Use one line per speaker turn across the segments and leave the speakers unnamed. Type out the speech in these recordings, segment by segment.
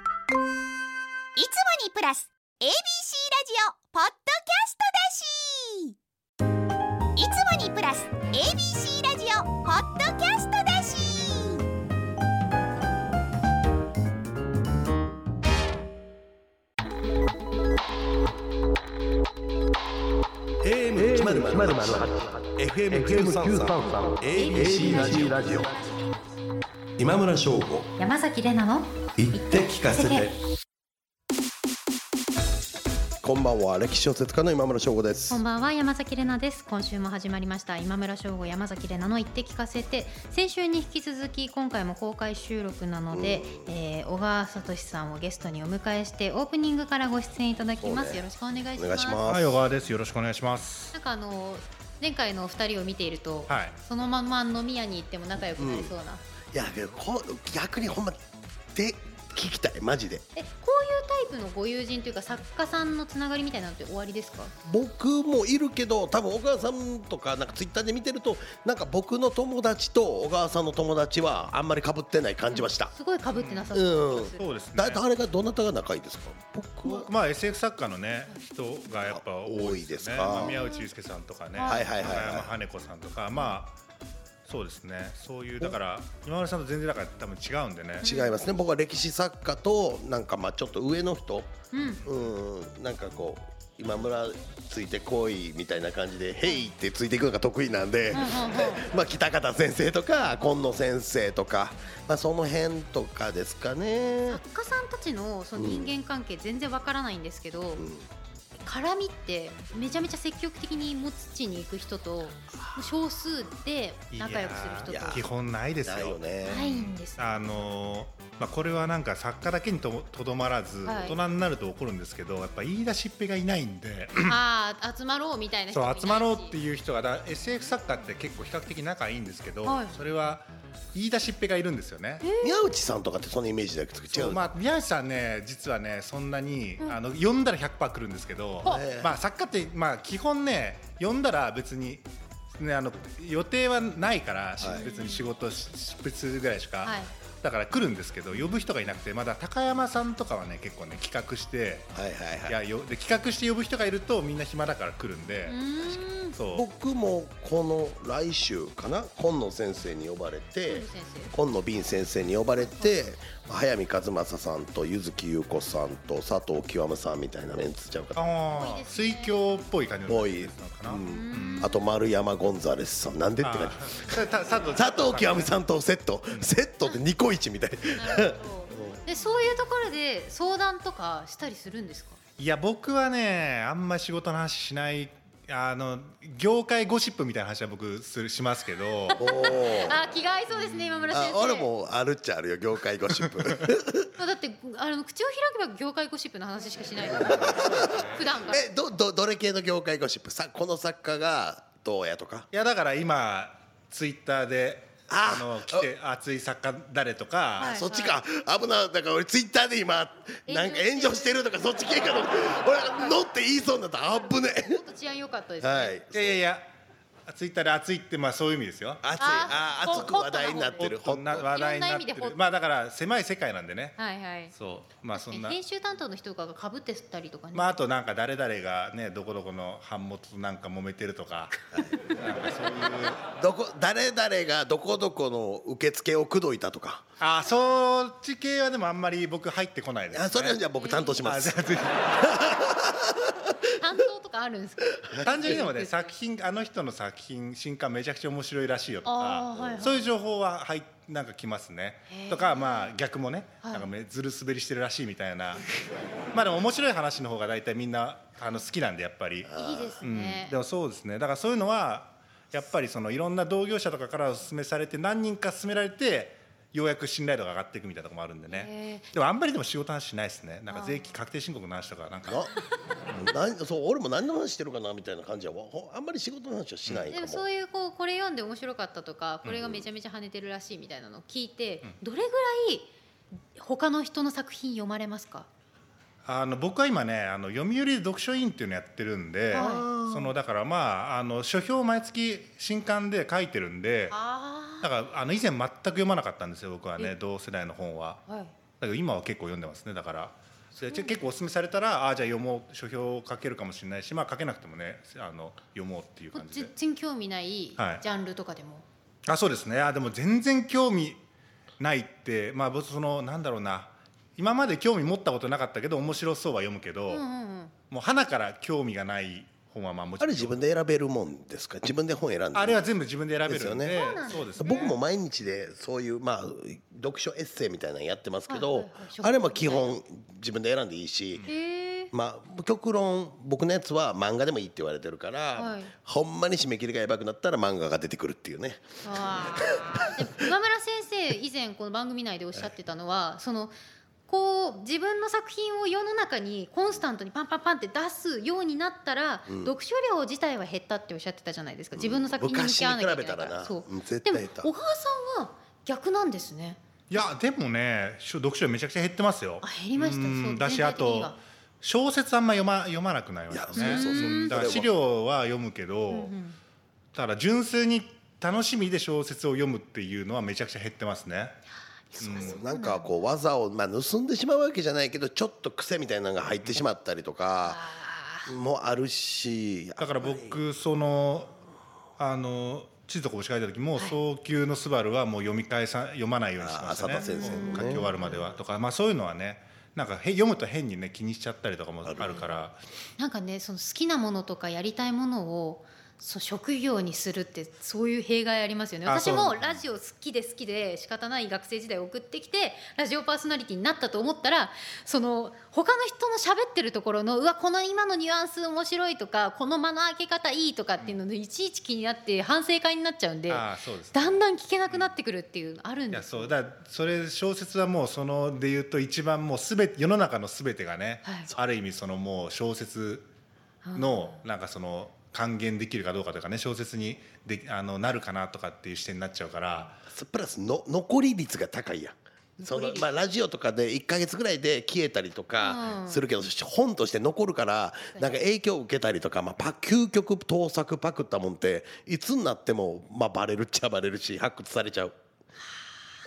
いつもにプラス ABC ラジオポッドキャストだしいつもにプラス ABC ラジオポッドキャストだし
AM1008 FM933 ABC ラジオラジオ今村翔吾
山崎れなの
言って聞かせてこんばんは歴史小説家の今村翔吾です
こんばんは山崎れなです今週も始まりました今村翔吾山崎れなの言って聞かせて先週に引き続き今回も公開収録なので、えー小川聡さんをゲストにお迎えしてオープニングからご出演いただきます、
そうね
よろしくお願いします
お願いします
はい、小川です。よろしくお願いします。
なんかあの前回のお二人を見ていると、
はい。
そのまま飲み屋に行っても仲良くなりそうな、
いやけどこ逆にほんまで聞きたいマジで
えこういうタイプのご友人というか作家さんのつながりみたいなのって終わりですか
僕もいるけど多分小川さんとかなんかツイッターで見てるとなんか僕の友達と小川さんの友達はあんまり被ってない感じました、
すごい被ってなさそうな気がする
そうですね。
だあれがどなたが仲いいですか僕は
まあ SF 作家のね人がやっぱ多いです
多いですか
よね。まあ宮内祐介さんとかね、
はいはいはいはい
中山羽子さんとか、まあそうですね。そういうだから今村さんと全然だから多分違うんでね。
違いますね僕は歴史作家となんかまあちょっと上の人
うん
うんなんかこう今村ついてこいみたいな感じで「へい!」ってついていくのが得意なんで、まあ北方先生とか今野先生とか、まあ、その辺とかですかね。
作家さんたちのその人間関係全然わからないんですけど、
うん
絡みってめちゃめちゃ積極的に持ちに行く人ともう少数で仲良くする
い
人
や
と
ー
基本ないです
ないよ
よ。
ね。
ないんですね
あのーまあこれはなんか作家だけにととどまらず、
はい
大人になると起こるんですけどやっぱ言い出しっぺがいないんで
ああ集まろうみたいな人もいな
そ
いうし
集まろうっていう人がだ SF 作家って結構比較的仲いいんですけど、
はい
それは言い出しっぺがいるんですよね。
宮内さんとかってそのイメージだけど違
そう
う、
まあ、宮内さんね実はねそんなに、
ん
あの読んだら100%来るんですけど、
ほう
ええ
まあ、作家って、まあ、基本ね読んだら別に、ね、あの予定はないから、し
はい
別に仕事し執筆するぐらいしか、
はい
だから来るんですけど呼ぶ人がいなくてまだ高山さんとかはね結構ね企画して、
はいはいはい
い、やよで企画して呼ぶ人がいるとみんな暇だから来るんで。
うーん
そう
僕もこの来週かな今野先生に呼ばれ
そう
て
です先
今野敏先生に呼ばれて早見和正さんと柚木優子さんと佐藤究さんみたいなメンツちゃうか
あ
多い
あ、
ですね
水郷っぽい感じの
ぽい
やつなのかな。
う
生うんん
あと丸山ゴンザレスさんなんでって感
あ
じ
ーた佐藤
佐藤究さんとセットセットでニコイチみたい
なるほどでそういうところで相談とかしたりするんですか
いや僕はねあんま仕事の話しないあの業界ゴシップみたいな話は僕するしますけど
おー
あー気が合いそうですね今村
あ
先生
俺もあるっちゃあるよ業界ゴシップ
まあだってあの口を開けば業界ゴシップの話しかしないもん普段から
えどどどれ系の業界ゴシップさこの作家がどうやとか
いやだから今ツイッターで
あ
あの来て熱い作家誰とか、
はい
そっちか、危なだから俺ツイッターで今なんか炎上してるとかそっち系かと思って俺乗って言いそうになったあぶね
ちょっと治安良かったですね、
はい
いやいやいやツイッターで熱いってまあそういう意味ですよ
熱いあ
あ
熱く
ホット
話
な
題になってる
ホットな話題になっ
いろんな意味で
て
ホット
るまあだから狭い世界なんでね
はいはい。
そうまあそんな
編集担当の人とかが被ってたりとかね。
まあ、あとなんか誰々がねどこどこの版元となんか揉めてるとかなんかそういう
どこ誰々がどこどこの受付を口説いたとか
あーそっち系はでもあんまり僕入ってこないです、ね、
あそれはじゃあ僕担当しま
あじ
す
ゃあぜ
担当とかあるんですか。
ひ単純にでもね作品あの人の作品新刊めちゃくちゃ面白いらしいよとか、
あーはいはい
そういう情報は入なんか来ますね
へー
とかまあ逆もね、
はい
なんかめずる滑りしてるらしいみたいな まあでも面白い話の方が大体みんなあの好きなんでやっぱり。
いいです
うん
ね。
でもそうですねだからそういうのはやっぱりそのいろんな同業者とかからお勧めされて何人か勧められてようやく信頼度が上がっていくみたいなところもあるんでね
へ
でもあんまりでも仕事の話しないですねなん
あ
か
ー
税金確定申告の話とかなんか
なな そう俺も何の話してるかなみたいな感じはほあんまり仕事の話はしない
で
かも
もそういうこうこれ読んで面白かったとかこれがめちゃめちゃ跳ねてるらしいみたいなのを聞いてどれぐらい他の人の作品読まれますか。
あの僕は今ねあの読売読書委員っていうのやってるんで
は
そのだからまああの書評を毎月新刊で書いてるんで
あ
だからあの以前全く読まなかったんですよ僕はね
え
同世代の本は。
あ。はい。
だけど今は結構読んでますねだからで結構おすすめされたらあーじゃあ読もう書評を書けるかもしれないしまあ書けなくてもねあの読もうっていう感じで
全然興味ないジ
はい
ャンルとかでも、
あそうですねあでも全然興味ないってまあ僕そのなんだろうな今まで興味持ったことなかったけど面白そうは読むけど、
うんうんうん
もう花から興味がない本はまあもち
あ
ろ
れ
ん
自分で選べるもんですか自分で本選んで
あれは全部自分で選べるんで
ですよね
そうなんです
そうですね
僕も毎日でそういうまあ読書エッセイみたいなのやってますけど、
はいはいはい
あれも基本自分で選んでいいし、
へえ
まあ極論僕のやつは漫画でもいいって言われてるから、
はい
ほんまに締め切りがやばくなったら漫画が出てくるっていうね
わあでも今村先生以前この番組内でおっしゃってたのはそのこう自分の作品を世の中にコンスタントにパンパンパンって出すようになったら、読書量自体は減ったっておっしゃってたじゃないですか自分の作品に向き合わなきゃいけないから,、
昔に比べたらな
そう
うん絶
で
対
も
減った
小川さんは逆なんですね
いやでもねしょ読書量めちゃくちゃ減ってますよ
あ減りました
うん
そう
だし
全
あ
体的に
と
は
小説あんま読ま読まなくなりま
い
し
や
た
そう
ね
そうそう
だから資料は読むけど、
うん
ただ純粋に楽しみで小説を読むっていうのはめちゃくちゃ減ってますね
うんなんかこう技を、まあ、盗んでしまうわけじゃないけどちょっと癖みたいなのが入ってしまったりとか
あ
もあるし
だから僕そのあの地図とか押し書いた時も早急のスバルはもう読み返さ読まないようにしてましたね
あ浅田先生のね
書き終わるまではとかまあそういうのはねなんかへ読むと変にね気にしちゃったりとかもあるから
ーなんかねその好きなものとかやりたいものをそう職業にするってそういう弊害ありますよね
あ
私
そ
も
う
ラジオ好きで好きで仕方ない学生時代を送ってきてラジオパーソナリティになったと思ったらその他の人の喋ってるところのうわこの今のニュアンス面白いとかこの間の開け方いいとかっていうのでいちいち気になって反省会になっちゃうんで
ああそうですね
だんだん聞けなくなってくるっていうのあるん
い
で
や
す
そうだからそれ小説はもうそので言うと一番もうすべて世の中のすべてがね、
はい
ある意味そのもう小説のなんかその還元できるかどうかというかね小説にであのなるかなとかっていう視点になっちゃうから
プラスの残り率が高いやんそのまあラジオとかで1か月ぐらいで消えたりとか
うん
するけど、本として残るからなんか影響を受けたりとか、まあ、パ究極盗作パクったもんっていつになっても、まあ、バレるっちゃバレるし発掘されちゃう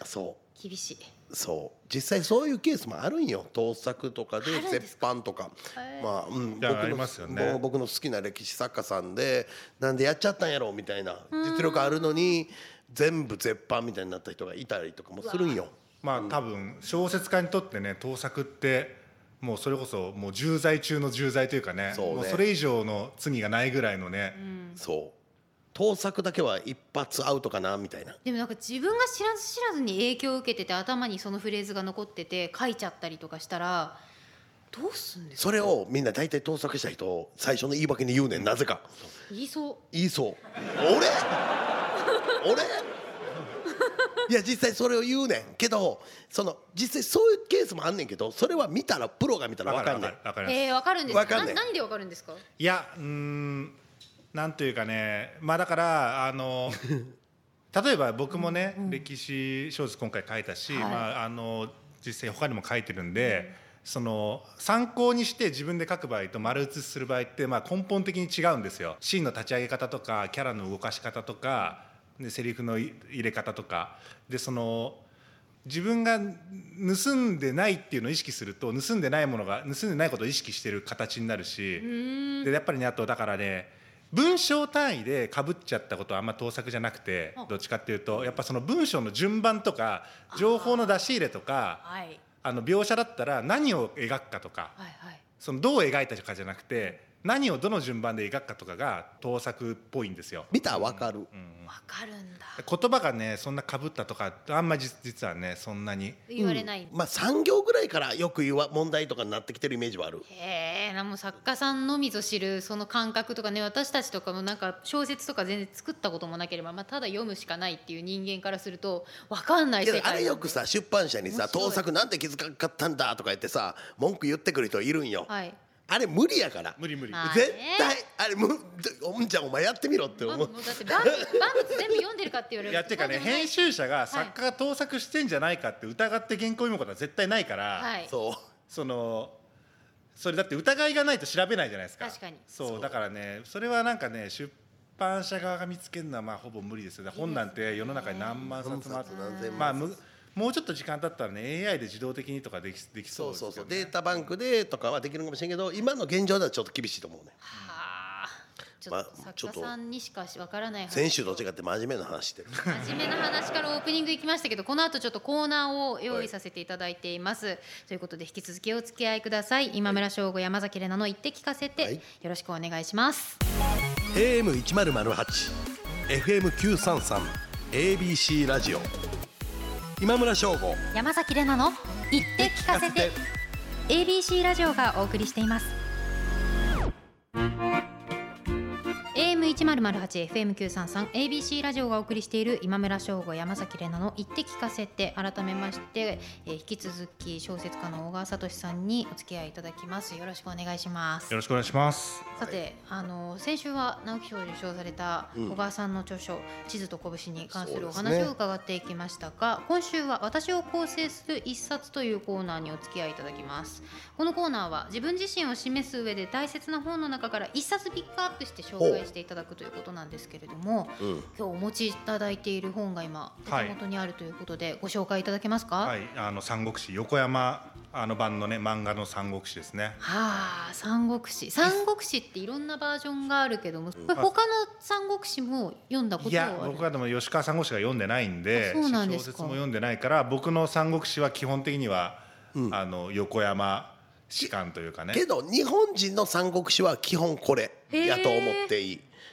そ
厳しい。
うそう実際そういうケースもあるんよ盗作とかで
あるんで
絶
す
版とか
へー
まあ、うん、
いや
僕の
ありますよね
ぼ僕の好きな歴史作家さんでなんでやっちゃったんやろみたいな実力あるのに全部絶版みたいになった人がいたりとかもするんよ。
まあ多分小説家にとってね盗作ってもうそれこそもう重罪中の重罪というかね
そうね
もうそれ以上の罪がないぐらいのね、
そう盗作だけは一発アウトかなみたいな
でもなんか自分が知らず知らずに影響を受けてて頭にそのフレーズが残ってて書いちゃったりとかしたらどうすんですか
それをみんな大体盗作した人を最初の言い訳に言うねんなぜか
言いそう
言いそう俺俺いや実際それを言うねんけどその実際そういうケースもあんねんけどそれは見たらプロが見たら
わ
分か
かる
ん
わ
ね
か
ん
るわかります
えー、わかるんです
わかん
な
ない
なんでわかるんですか
いやうーんなんというかねまあだから あの例えば僕もね、歴史小説今回書いたし、
はい
まあ、あの実際他にも書いてるんで、その参考にして自分で書く場合と丸写しする場合って、まあ、根本的に違うんですよ。シーンの立ち上げ方とかキャラの動かし方とかでセリフのい入れ方とかでその自分が盗んでないっていうのを意識すると盗んでないものが盗んでないことを意識してる形になるし。でやっぱりねあとだからね文章単位でかぶっちゃったことはあんま盗作じゃなくて
うん
どっちかっていうとやっぱその文章の順番とか情報の出し入れとか
はい
あの描写だったら何を描くかとか
はいはい
そのどう描いたかじゃなくて何をどの順番で描くかとかが盗作っぽいんですよ。
見たら分かる、
わかるんだ
言葉がねそんなかぶったとかあんまじ実はねそんなに
言われない、
まあ3行ぐらいからよく言わ問題とかになってきてるイメージはある
へえなんも作家さんのみぞ知るその感覚とかね私たちとかもなんか小説とか全然作ったこともなければ、まあ、ただ読むしかないっていう人間からするとわかんない
け
世
ど
界
あれよくさ出版社にさ
面白い
盗作なんて気づかなかったんだとか言ってさ文句言ってくる人いるんよ、
はい
あれ無理やから
無理無理
あー
絶
ね
対あれむおんちゃんお前やってみろって
あ
思
もう
う
だって万物万物全部読んでるかって言われる
い やっていうかね
そうでもない
編集者が作家が盗作してんじゃないかって疑って原稿読むことは絶対ないから、
はい
そう
そのそれだって疑いがないと調べないじゃないですか
確かに
そうだからねそれはなんかね出版社側が見つけるのはまあほぼ無理ですよね本なんて世の中に何万冊もあって
何千万冊
まあむもうちょっと時間経ったらね AI で自動的にとかできできそ
そうう
です
そ
よ
うそう
ね
データバンクでとかはできるかもしれんけど今の現状ではちょっと厳しいと思うね
はあちょ
まあ
っと
ちょっ
作
と
家さんにしかわからない話
先週と違って真面目な話してる
真面目な話からオープニング行きましたけどこの後ちょっとコーナーを用意させていただいています、ということで引き続きお付き合いください今村翔吾山崎怜奈の言って聞かせて、
はい
よろしくお願いします
AM1008FM933ABC ラジオ今村翔吾
山崎怜奈の言って聞かせて ABC ラジオがお送りしています AM1008 FM933 ABC ラジオがお送りしている今村翔吾山崎怜奈の言って聞かせて改めまして、えー引き続き小説家の小川聡さんにお付き合いいただきますよろしくお願いします
よろしくお願いします
さて、あの先週は直木賞を受賞された
うん
小川さんの著書、地図と拳に関するお
そうです
話
ね
を伺っていきましたが、今週は私を構成する一冊というコーナーにお付き合いいただきます。このコーナーは自分自身を示す上で大切な本の中から一冊ピックアップして紹介していただくということなんですけれども、
うん
今日お持ちいただいている本が今お
はい
手元にあるということでご紹介いただけますか。
は
はい
あの三国志横山あの版のね漫画の三国志ですね
あ三国志三国志っていろんなバージョンがあるけどもこれ他の三国志も読んだこと
い
はあ
や
る
僕はでも吉川三国志が読んでないんで
あそうなんですか
小説も読んでないから僕の三国志は基本的には、
うん
あの横山士官というかね
けど日本人の三国志は基本これ
へー
やと思ってい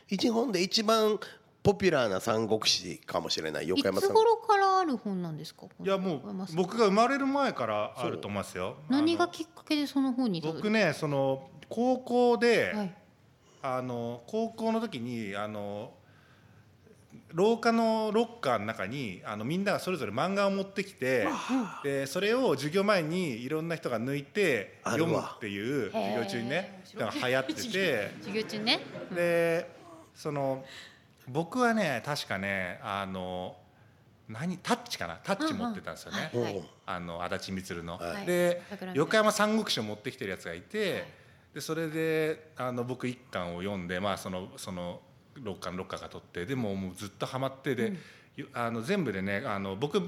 い日本で一番ポピュラーな三国志かもしれない横
い
山
つ
さん
頃からある本なんですか
いやも
小山さ
うん僕が生まれる前からあると思いますよ
何
あ
が
の
きっかけでその本に
僕ねその高校で、
はい
あの高校の時にあの廊下のロッカーの中にあのみんながそれぞれ漫画を持ってきてでそれを授業前にいろんな人が抜いて
あ
読
る
む
わ
っていう授業中にね
へー
なんか流行ってて
授業中ね
でその僕はね確かねあの何タッチかなタッチ持ってたんですよね
うんうんはい
うん
あの足立光の。
はい
で
桜の
横山三国志を持ってきてるやつがいて、でそれであの僕一巻を読んで、まあ、そのその6巻6巻が取ってでもうもうずっとハマってで、よあの全部でねあの僕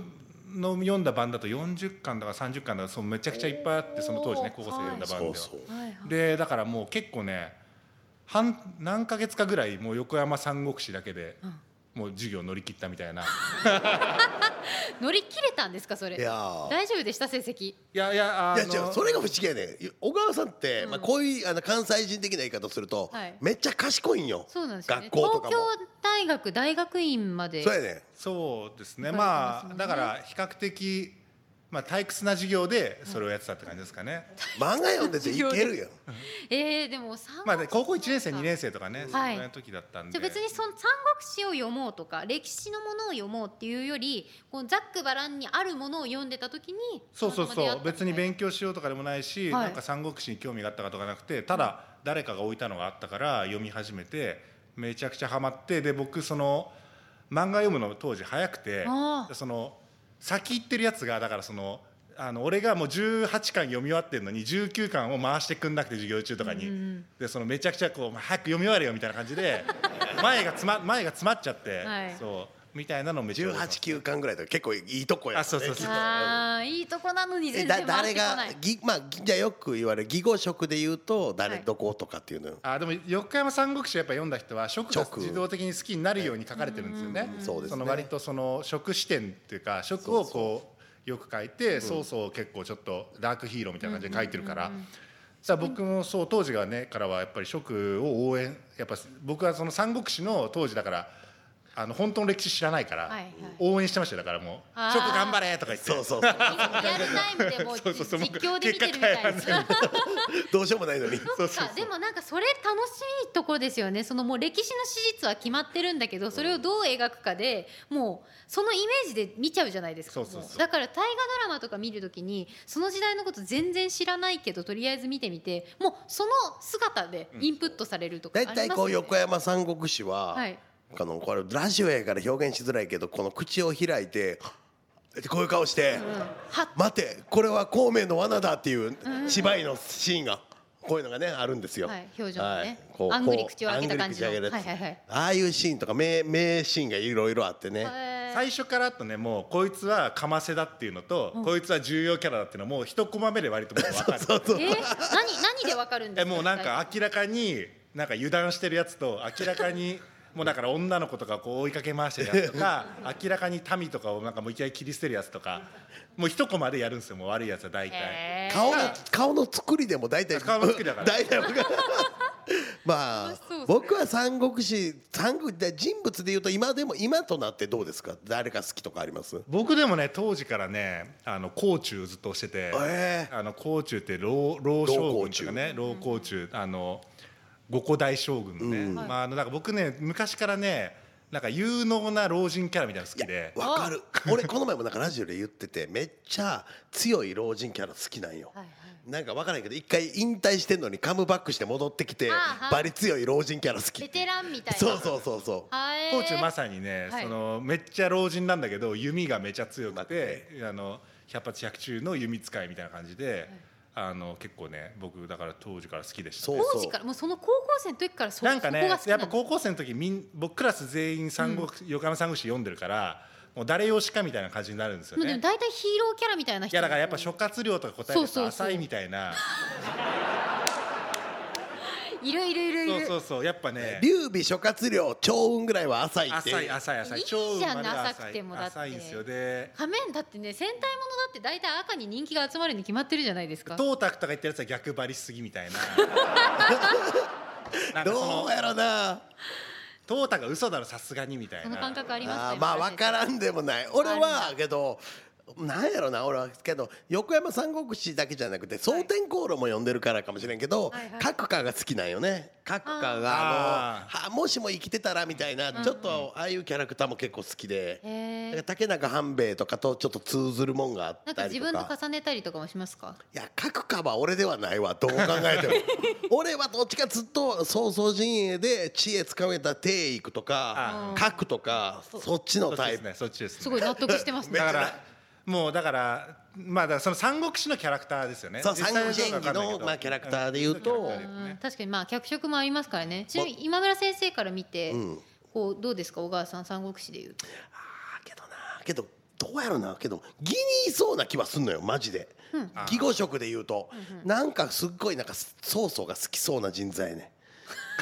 の読んだ版だと40巻だか30巻だかそうめちゃくちゃいっぱいあってその当時ね
おー
高校生で読んだ版で
そ
は
う。そう
はいはい
でだからもう結構ね半何ヶ月かぐらいもう横山三国志だけで、
うん
もう授業乗り切ったみたいな
乗り切れたんですかそれ
いやー
大丈夫でした成績
いやいや
い
あ
や
の
違うそれが不思議やねん小川さんって、
うん
まあ、こういうあの関西人的な言い方をすると、
はい
めっちゃ賢いんよ
そうなんですよね
学校とかも
東京大学大学院まで
そうやねん
そうですね
いっぱいあ
ま
ります
あ
もんね
だから比較的、まあ、退屈な授業でそれをやってたって感じですかね、
漫画読んでてい けるやん
えーでも三
まあ
国
で
志
高校1年生2年生とかね、そのぐ
はい
らいの時だったん
じゃ
で
あ別にその三国志を読もうとか歴史のものを読もうっていうよりこうざっくばらんにあるものを読んでた時に
そうそう
たまたま出
そ
会
う
った
別に
みたい
勉強しようとかでもないし、
はい
なんか三国志に興味があったかとかなくてただ誰かが置いたのがあったから読み始めてめちゃくちゃハマってで僕その漫画読むの当時早くて
あー
その先行ってるやつがだからその。あの俺がもう18巻読み終わってるのに19巻を回してくんなくて授業中とかに、
うん
でそのめちゃくちゃこう「早く読み終われよ」みたいな感じ で前が詰ま前が詰まっちゃって、
はい
そうみたいなのをめっちゃ覚えてます
189巻ぐらいとか結構いいとこやもんね
あそうそうそう
あーいいとこなのに
え
全
だ
然
誰
回ってこな
が
い
ぎまあぎじゃあよく言われる義語職で言うと誰
はい
どことかっていうのよ、
あでも横山三国志やっぱ読んだ人は食が
食
自動的に好きになるように書かれてるんですよね。
そうですね
の割とその食視点っていうか食をこうよく書いて曹操を結構ちょっとダークヒーローみたいな感じで書いてるから。さあ僕もそう当時がねからはやっぱり食を応援やっぱ僕はその三国志の当時だからあの本当の歴史知らないから、
はいはい
応援してましたよだからもう
あー
食頑張れとか言って
そうそうそう
リアルタイムでもう
そうそうそう
実況で見てるみたいな
結
そっか
どうしようもない のに
でもなんかそれ楽しいところですよねそのもう歴史の史実は決まってるんだけどそれをどう描くかでもうそのイメージで見ちゃうじゃないですか
そうそうそう
もだから大河ドラマとか見るときにその時代のこと全然知らないけどとりあえず見てみてもうその姿でインプットされるとかあ
大
りますよ
体
ね
こう横山三国志は、
はい
あのこれラジオやから表現しづらいけどこの口を開いてってこういう顔して
うんは
「待てこれは孔明の罠だ」っていう芝居のシーンがこういうのがねあるんですよ。
はい表情のね
こう
あんぐり口を開けた
こうあんぐり口
感じの
開けるやつ
はいはいはい
ああいうシーンとか名名シーンがいろいろあってね
へー
最初からあとねもうこいつはかませだっていうのと、こいつは重要キャラだっていうのもう一コマ目で割ともう分かる
え何何でわかるんで
え
すか
もうなんか明らかになんか油断してるやつと明らか にもうだから女の子とかこう追いかけ回してるやつとか明らかに民とかをなんかもういきなり切り捨てるやつとかもう一コマでやるんですよもう悪いやつは大体。
へー
顔の顔の作りでも大体
顔の作りだから
大体わか るまあ
楽しそうですね
僕は三国志三国で人物で言うと今でも今となってどうですか誰が好きとかあります
僕でもね当時からねあの甲冑ずっと押してて、
え
あの甲冑って老老将軍とかね老甲冑あの五個大将軍のね、
うん
まああのなんか僕ね昔からねなんか有能な老人キャラみたいなの好きで
わかる俺この前もなんかラジオで言っててめっちゃ強い老人キャラ好きなんよ、
はいはい
なんかわからんけど一回引退してんのにカムバックして戻ってきて
あはい
バリ強い老人キャラ好き
ベテランみたいな
そうそうそうそう
はい
コーチまさにね、
はい
そのめっちゃ老人なんだけど弓がめちゃ強く
待
てあの百発百中の弓使いみたいな感じで、あの結構ね僕だから当時から好きでした
そう
当時からもうその高校生の時からそ
なんか
そ
ね
こが好き
や
な
っ
ん
ぱ
だ
高校生の時みん僕クラス全員三国、横浜三国志読んでるからもう誰推しかみたいな感じになるんです
で
よ
もで
ね
も。大体ヒーローキャラみたいな人
いやだからやっぱ諸葛亮とか答え
そうそう
る
そ
と
う
浅いみたいない
るいるいるい
そう
る
そうそうやっぱね
劉備諸葛亮趙雲ぐらいは浅いって
浅い浅い浅い
いいじゃん
超生まれ
浅くてもだって
浅いんですよで
仮面だってね戦隊ものだって大体赤に人気が集まるに決まってるじゃないですか
トータクとか言ってるやつは逆張りしすぎ みたいななんかそ
ど
の
うやろな
トータクが嘘だろさすがにみたい
その
な
感覚あります
あ
ね
ーまあ分からんでもない俺
あ
はけどなんやろな俺はけど横山三国志だけじゃなくて「蒼天航路」も読んでるからかもしれんけど
はいはい
各家が好きなんよね各家が
あ
あのはもしも生きてたらみたいなちょっとああいうキャラクターも結構好きでだ
へえ
から竹中半兵衛とかとちょっと通ずるもんがあった
なん
りとか
か自分と重ねたりとかもしますか
いや書くかは俺ではないわどう考え ても俺はどっちかずっと曹操陣営で知恵つかめた帝育とか
あー
書くとかそっちの
そっち
タ
で
イ
す
プ
ねそっちですね
すごい納得して ますね
だからもうだからまあだからその三国志のキャラクターですよね
そう
実際はど
三国志
かわかんない
演技
けど
のまあキャラクターで言うと
三国志のキャラクターで
う
す
ん
ね
確かにまあ脚色もありますからねちなみに今村先生から見て、
うん
こうどうですか小川さん三国志でいうと
あーけどなけどどうやろなけど義にいそうな気はすんのよマジで
うん
義語職で言うとなんかすっごいなんか曹操が好きそうな人材ね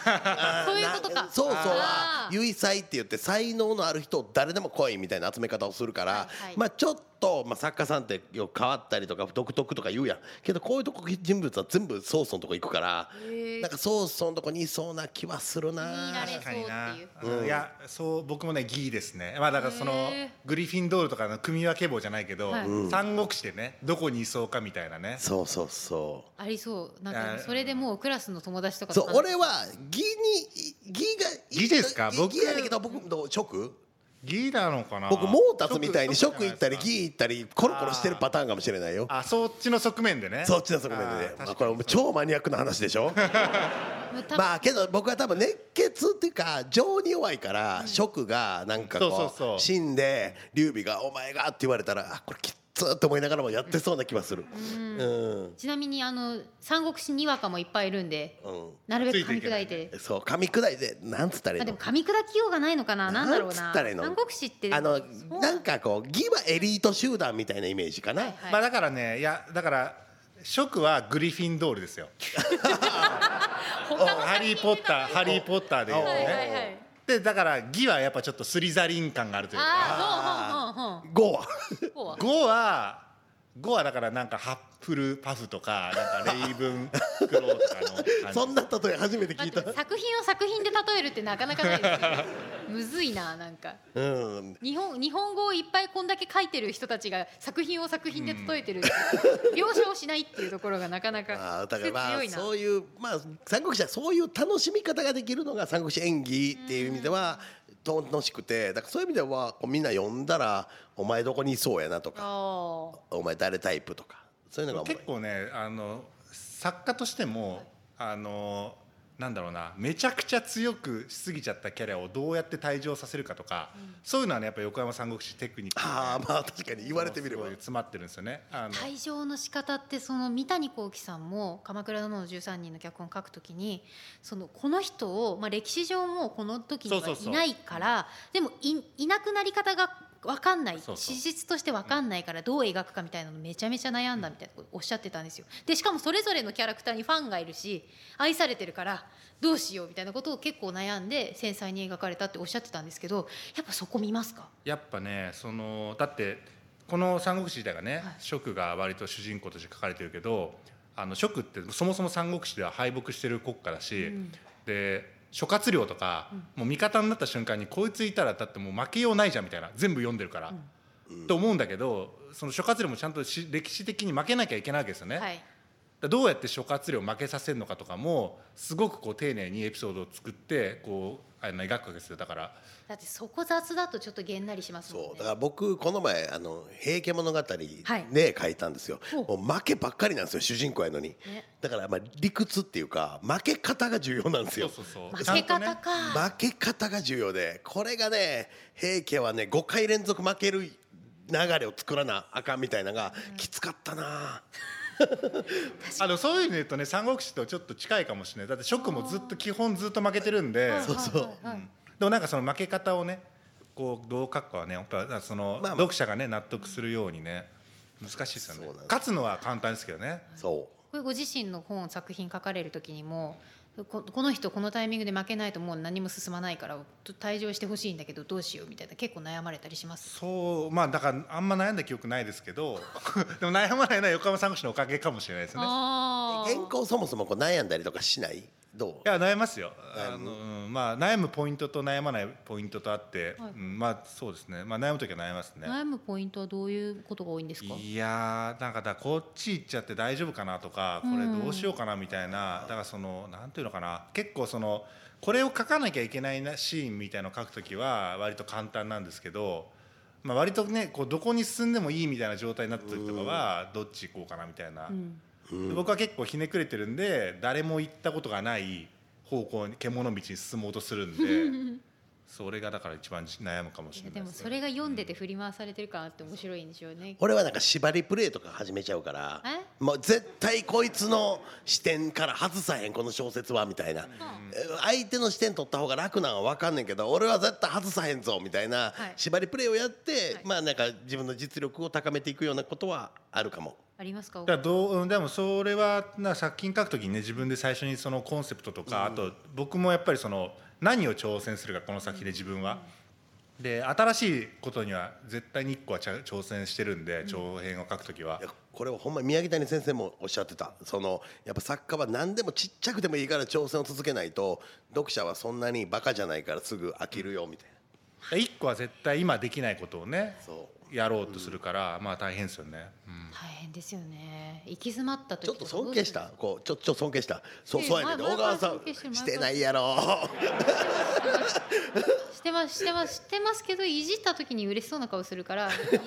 あー
そういうことか
な曹操
あ
は
ー
唯才って言って才能のある人を誰でも来いみたいな集め方をするから、
はいはい
まあちょっと、まあ、作家さんってよく変わったりとか独特とか言うやんけどこういうとこ人物は全部曹操のとこ行くから
へー
なんか曹操のとこにいそうな気はする
見ら
な
れ
確かにな
そうっ。
うんいや、そう僕もねギーですね。まあだからその
へー
グリフィンドールとかの組み分け棒じゃないけど、
はい
三国志でねどこにいそうかみたいなね。
そうそうそう
ありそうなんかでも
あ
それでもうクラスの友達とかと
そう俺は義に義が
義ですか
義
僕
義やねんけど僕どう食
ギーなのかな。
僕モータツみたいに食行ったり
ー。
義行ったりコロコロしてるパターンかもしれないよ
あ、そっちの側面でね。
そっちの側面でね
あー確かに
まあこれもう超マニアックな話でし ょ
まあ多分
まあけど僕は多分熱血っていうか情に弱いから食がなんか
そう
こ
そうそう
う死んで劉備が「お前が」って言われたらあこれきっつーって思いながらもやってそうな気はするうん
ちなみにあの三国志にわかもいっぱいいるんで
うん
なるべく
つい
噛
てい
み
けな
砕
い
いて
そう噛み砕いてなんつったらい
まあ
い
で
の
も噛み砕きようがないのかななんだろう
つ
な
ったらいいの
三国志ってでも
あの
そう
なんかこう義はエリート集団みたいなイメージかな、
はいはい
まあだからね、いやだから食はグリフィンドールですよ。
他の作品
ハリー・ポッター、ハリー・ポッターで言うと
はいはい
ね。
はい
でだからギはやっぱちょっとスリザリン感があるというか。
ああほうほうほうほう
5は
こうは
五は五はだからなんかハッフルパフとかなんかレイブンクローとかの感じ
そんな例え初めて聞い
待ったて作品を作品で例えるってなかなかないですよ ねむずいななんか
うん
日本日本語をいっぱいこんだけ書いてる人たちが作品を作品で例えてる、 描写をしないっていうところがなかな
あ
か
ーだからまあ
強いな、
そういうまあ三国志はそういう楽しみ方ができるのが三国志演技っていう意味では楽しくてだからそういう意味ではこうみんな呼んだら「お前どこにいそうやな」とか
あ
「お前誰タイプ」とかそういうのが面
結構ねあの作家としてもあのなんだろうなめちゃくちゃ強くしすぎちゃったキャラをどうやって退場させるかとか、そういうのはねやっぱ横山三国志テクニック
ああまあ確かに言われてみれば
そういう詰まってるんですよね。あの
退場の仕方ってその三谷幸喜さんも「鎌倉殿の13人」の脚本を書くときにそのこの人を、まあ、歴史上もこの時に
そうそう
は
そう
いないからでもいいなくなり方が分かんない
そうそう
史実として分かんないからどう描くかみたいなのめちゃめちゃ悩んだみたいなことおっしゃってたんですよでしかもそれぞれのキャラクターにファンがいるし愛されてるからどうしようみたいなことを結構悩んで繊細に描かれたっておっしゃってたんですけどやっぱそこ見ますか
やっぱねそのだってこの「三国志」自体がね、
はい
蜀が割と主人公として書かれてるけどあの蜀ってそもそも三国志では敗北してる国家だし、
うん
で諸葛亮とか、もう味方になった瞬間にこいついたらだってもう負けようないじゃんみたいな全部読んでるから、と思うんだけどその諸葛亮もちゃんとし歴史的に負けなきゃいけないわけですよね。
はい
だからどうやって諸葛亮を負けさせるのかとかもすごくこう丁寧にエピソードを作ってこうあの描くわけですよだから
だってそこ雑だとちょっとげんなりしますもん
そ
ね
うだから僕この前あの「平家物語」
はい
ね書いたんですよ、
ほう
もう負けばっかりなんですよ主人公やのに、
ね
だからまあ理屈っていうか負け方が重要なんですよ
そうそうそう
負け
ちゃ
方
んとね
か、
負け方が重要でこれがね平家はね5回連続負ける流れを作らなあかんみたいなのがきつかったな、
あのそういう意味で言うとね三国志とちょっと近いかもしれないだって蜀もずっと基本ずっと負けてるんで
はい
そうそう
はいはいはい
でもなんかその負け方をねこうどう書くかはねやっぱその
まあまあ
読者がね納得するようにね難しいですよね
そうなんです
勝つのは簡単ですけどね
そ
これご自身の本作品書かれる時にもここの人このタイミングで負けないともう何も進まないからと退場してほしいんだけどどうしようみたいな結構悩まれたりします
そうまあだからあんま悩んだ記憶ないです けどでも悩まないのは横浜三国志のおかげかもしれないですね
う
あー
原稿そもそもこう悩んだりとかしないど
いや悩ますよ。
悩
あ
む
のうんまあ悩むポイントと悩まないポイントとあって、
はい
うんまあそうですね。まあ悩むときは悩ますね。
悩むポイントはどういうことが多いんですか
いやーなんかだこっち行っちゃって大丈夫かなとかこれどうしようかなみたいな、だからそのなんていうのかな結構そのこれを書かなきゃいけないなシーンみたいのを書くときは割と簡単なんですけど、まあ、割とねこうどこに進んでもいいみたいな状態になった時とかはどっち行こうかなみたいな、
うん
う、
で僕は結構ひねくれてるんで誰も行ったことがない方向に獣道に進もうとするん でそれがだから一番悩むかもし
いや
れない
で
で
も
す
そ
ね。
れが読んでて振り回されてる感あって面白いんでしょうね
俺はなんか縛りプレイとか始めちゃうからもう絶対こいつの視点から外さへんこの小説はみたいな、え相手の視点取った方が楽なんは分かんねんけど俺は絶対外さへんぞみたいな、
はい
縛りプレイをやって、
はい
まあなんか自分の実力を高めていくようなことはあるかも。
ありますか
だからどううんでもそれはな作品書くときにね自分で最初にそのコンセプトとか、あと僕もやっぱりその何を挑戦するかこの先で自分は。で新しいことには絶対に1個はちゃ挑戦してるんで長編を書くときは。
いやこれはほんま宮城谷先生もおっしゃってたそのやっぱ作家は何でもちっちゃくてもいいから挑戦を続けないと読者はそんなにバカじゃないからすぐ飽きるよみたい
1個は絶対今できないことをね
なそう
やろうとするから、まあ大変ですよね。うん
大変ですよね行き詰まった時
ちょっと尊敬したこうちょちょっと尊敬したそう
いや
そうやねんで
前
小川さ
前から尊敬してる
んし
前
て
から
ないやろ
してますしてますしてますけどいじった時に嬉しそうな顔する からいじこ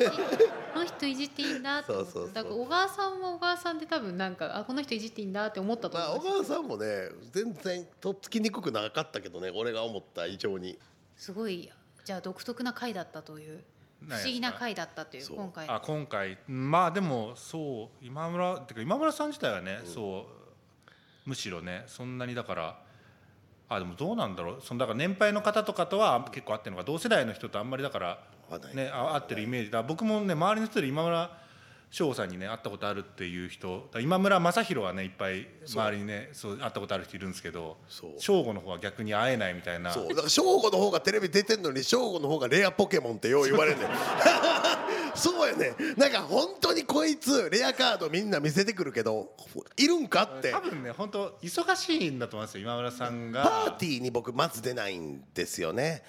の人いじっていいんだって思って
そうそうそう
だから小川さんは小川さんで多分なんかあこの人いじっていいんだって思ったと
まあ
思
小
うんです
川
よ
さんもね全然とっつきにくくなかったけどね俺が思った以上に
すごいじゃあ独特な回だったという不
ないですか
思議な回だったという
そう
今回
あ今回まあでもそう今村てか今村さん自体はね、そうむしろねそんなにだからあでもどうなんだろうそのだから年配の方とかとは結構合ってるのか同世代の人とあんまりだから
合わない、
ねあ合ってるイメージだ僕もね周りの人で今村翔吾さんにね会ったことあるっていう人だから今村雅宏はねいっぱい周りにねそう会ったことある人いるんですけど
そう
翔吾の方は逆に会えないみたいな
そうだから正吾の方がテレビ出てんのに正吾の方がレアポケモンってよう言われん ねんそうやねなんか本当にこいつレアカードみんな見せてくるけどいるんかって
多分ね本当忙しいんだと思いますよ今村さんが
パーティーに僕まず出ないんですよね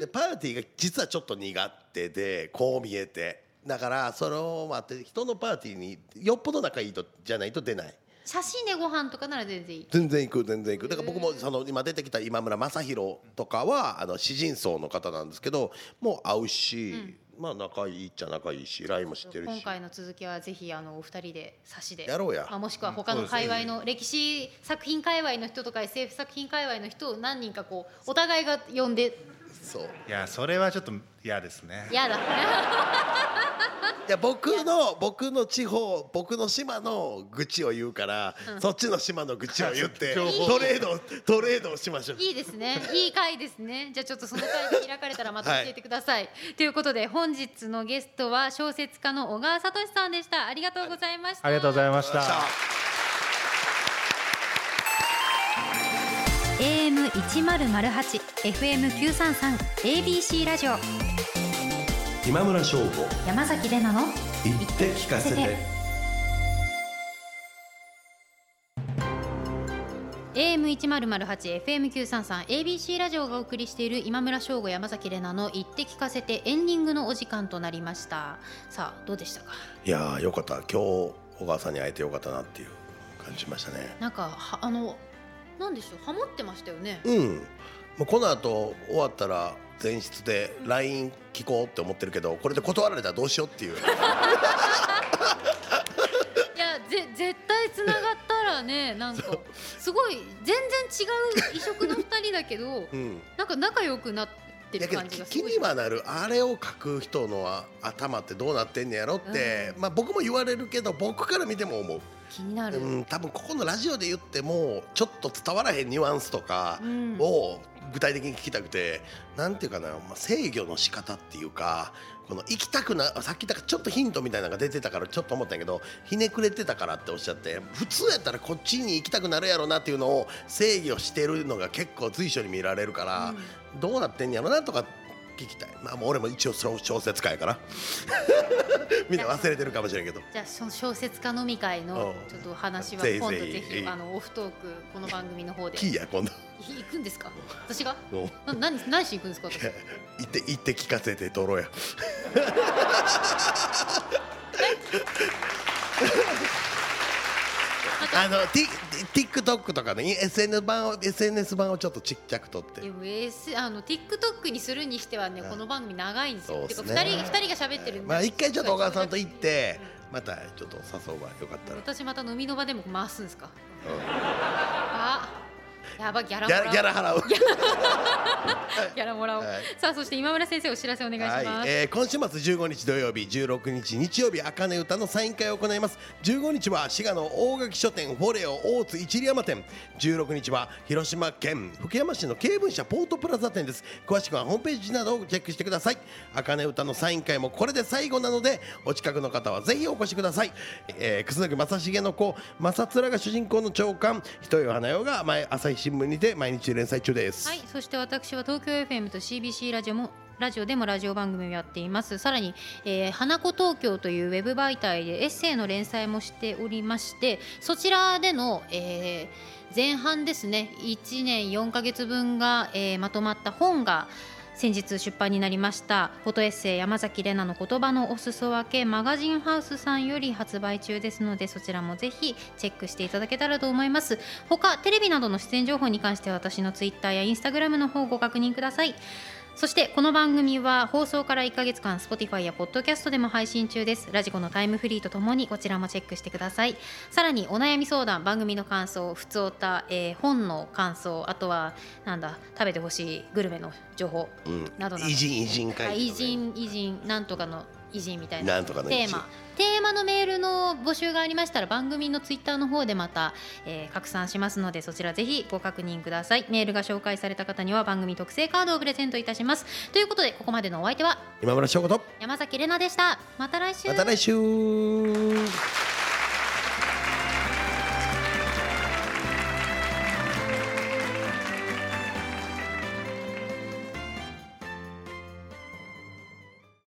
でパーティーが実はちょっと苦手でこう見えてだからそれを待って人のパーティーによっぽど仲いいとじゃないと出ない
写真でご飯とかなら全然いい
全然行く全然行くだから僕もその今出てきた今村雅宏とかはあの詩人層の方なんですけどもう会うし、まあ仲いいっちゃ仲いいし LINE も知ってる
今
し
回の続きはぜひあのお二人で差しで
やろうや
まあ、もしくは他の界隈の歴史作品界隈の人とか SF 作品界隈の人を何人かこうお互いが呼んで
そう
いやそれはちょっと嫌ですね
嫌だ
いや僕の僕の地方僕の島の愚痴を言うから、そっちの島の愚痴を言 って
情報
トレードトレードをしましょう。
いいですね。いい回ですね。じゃあちょっとその回で開かれたらまた教えてください。ということで本日のゲストは小説家の小川聡さんでした。ありがとうございました。
ありがとうございまし
さ
た
あ
AM 一ゼロゼロ八、FM 九三三、ABC ラジオ
今村翔吾
山崎れなの
言って聞かせて
AM 一ゼロゼロ八、FM 九三三、ABC ラジオがお送りしている今村翔吾山崎れなの言って聞かせてエンディングのお時間となりました。さあどうでしたか。
いやーよかった今日小川さんに会えてよかったなっていう感じましたね。
なんかはあのなんでしょうハモってましたよね。
うんもうこの後終わったら前室で LINE 聞こうって思ってるけどこれで断られたらどうしようっていう
いやぜ絶対つながった らねなんかすごい全然違う異色の2人だけど
うん
なんか仲良くなって
だ
る
けど
感じ
気
がす
気
ごい
にはなるあれを書く人のあ頭ってどうなってんねやろって、まあ僕も言われるけど僕から見ても思う、
気になる、
うん、多分ここのラジオで言ってもちょっと伝わらへんニュアンスとか
うん
を具体的に聞きたくてなんていうかな、まあ、制御の仕方っていうかこの行きたくなさっきだからちょっとヒントみたいなのが出てたからちょっと思ったんやけどひねくれてたからっておっしゃって普通やったらこっちに行きたくなるやろなっていうのを制御してるのが結構随所に見られるから、どうなってんやろなとか聞きたいまあもう俺も一応小小説家やから みんな忘れてるかもしれんけど
じゃあその小説家飲み会の
うん
ちょっとお話は
ぜひ
今度
ぜ
ぜ
ひ
ひあのオフトークこの番組の方で
キーや今度
い行くんですか私が
もう
な何何しに行くんですか私なん
行って行って聞かせてとろうや。あのティ TikTok とかね SNS 版を SNS 版をちょっとちっちゃく撮って
でも S あの TikTok にするにしてはねこの番組長いんですよ、
そう
て
で
か
す
2
ね
人二人が喋ってるんで
まあ一回ちょっと小川さんと行っ
う
て
ん
またちょっと誘うわよかったら、
私また飲みの場でも回すんですか
う
あやばギャラ
ん、
も
ギ
ら
ャ
お
ラ
う
ギャラ払う
ギャラもらおう、
はい
さあそして今村先生お知らせお願いします、
はい、えー今週末15日土曜日16日日曜日あかね歌のサイン会を行います15日は滋賀の大垣書店フォレオ大津一里山店16日は広島県福山市の経文社ポートプラザ店です詳しくはホームページなどをチェックしてくださいあかね歌のサイン会もこれで最後なのでお近くの方はぜひお越しください、えー、楠木正成の子正貫が主人公の長官人よ花代が前朝日新聞にて毎日連載中です、
はい、そして私は東京 FM と CBC ラジオもラジオでもラジオ番組をやっていますさらに、えー花子東京というウェブ媒体でエッセイの連載もしておりましてそちらでの、えー前半ですね1年4ヶ月分が、えーまとまった本が先日出版になりましたフォトエッセイ山崎怜奈の言葉のお裾分けマガジンハウスさんより発売中ですのでそちらもぜひチェックしていただけたらと思います他テレビなどの出演情報に関しては私のツイッターやインスタグラムの方をご確認くださいそしてこの番組は放送から1ヶ月間 Spotify や Podcast でも配信中ですラジコのタイムフリーとともにこちらもチェックしてくださいさらにお悩み相談番組の感想ふつおた、えー本の感想あとはなんだ食べてほしいグルメの情報
うん
などなど
偉人偉人
あ
会
偉人偉人なんとかの偉人みたいな
なんとかの偉
テ
人
ーマテーマのメールの募集がありましたら番組のツイッターの方でまた、えー拡散しますのでそちらぜひご確認くださいメールが紹介された方には番組特製カードをプレゼントいたしますということでここまでのお相手は
今村翔吾と
山崎れなでしたまた来週
また来週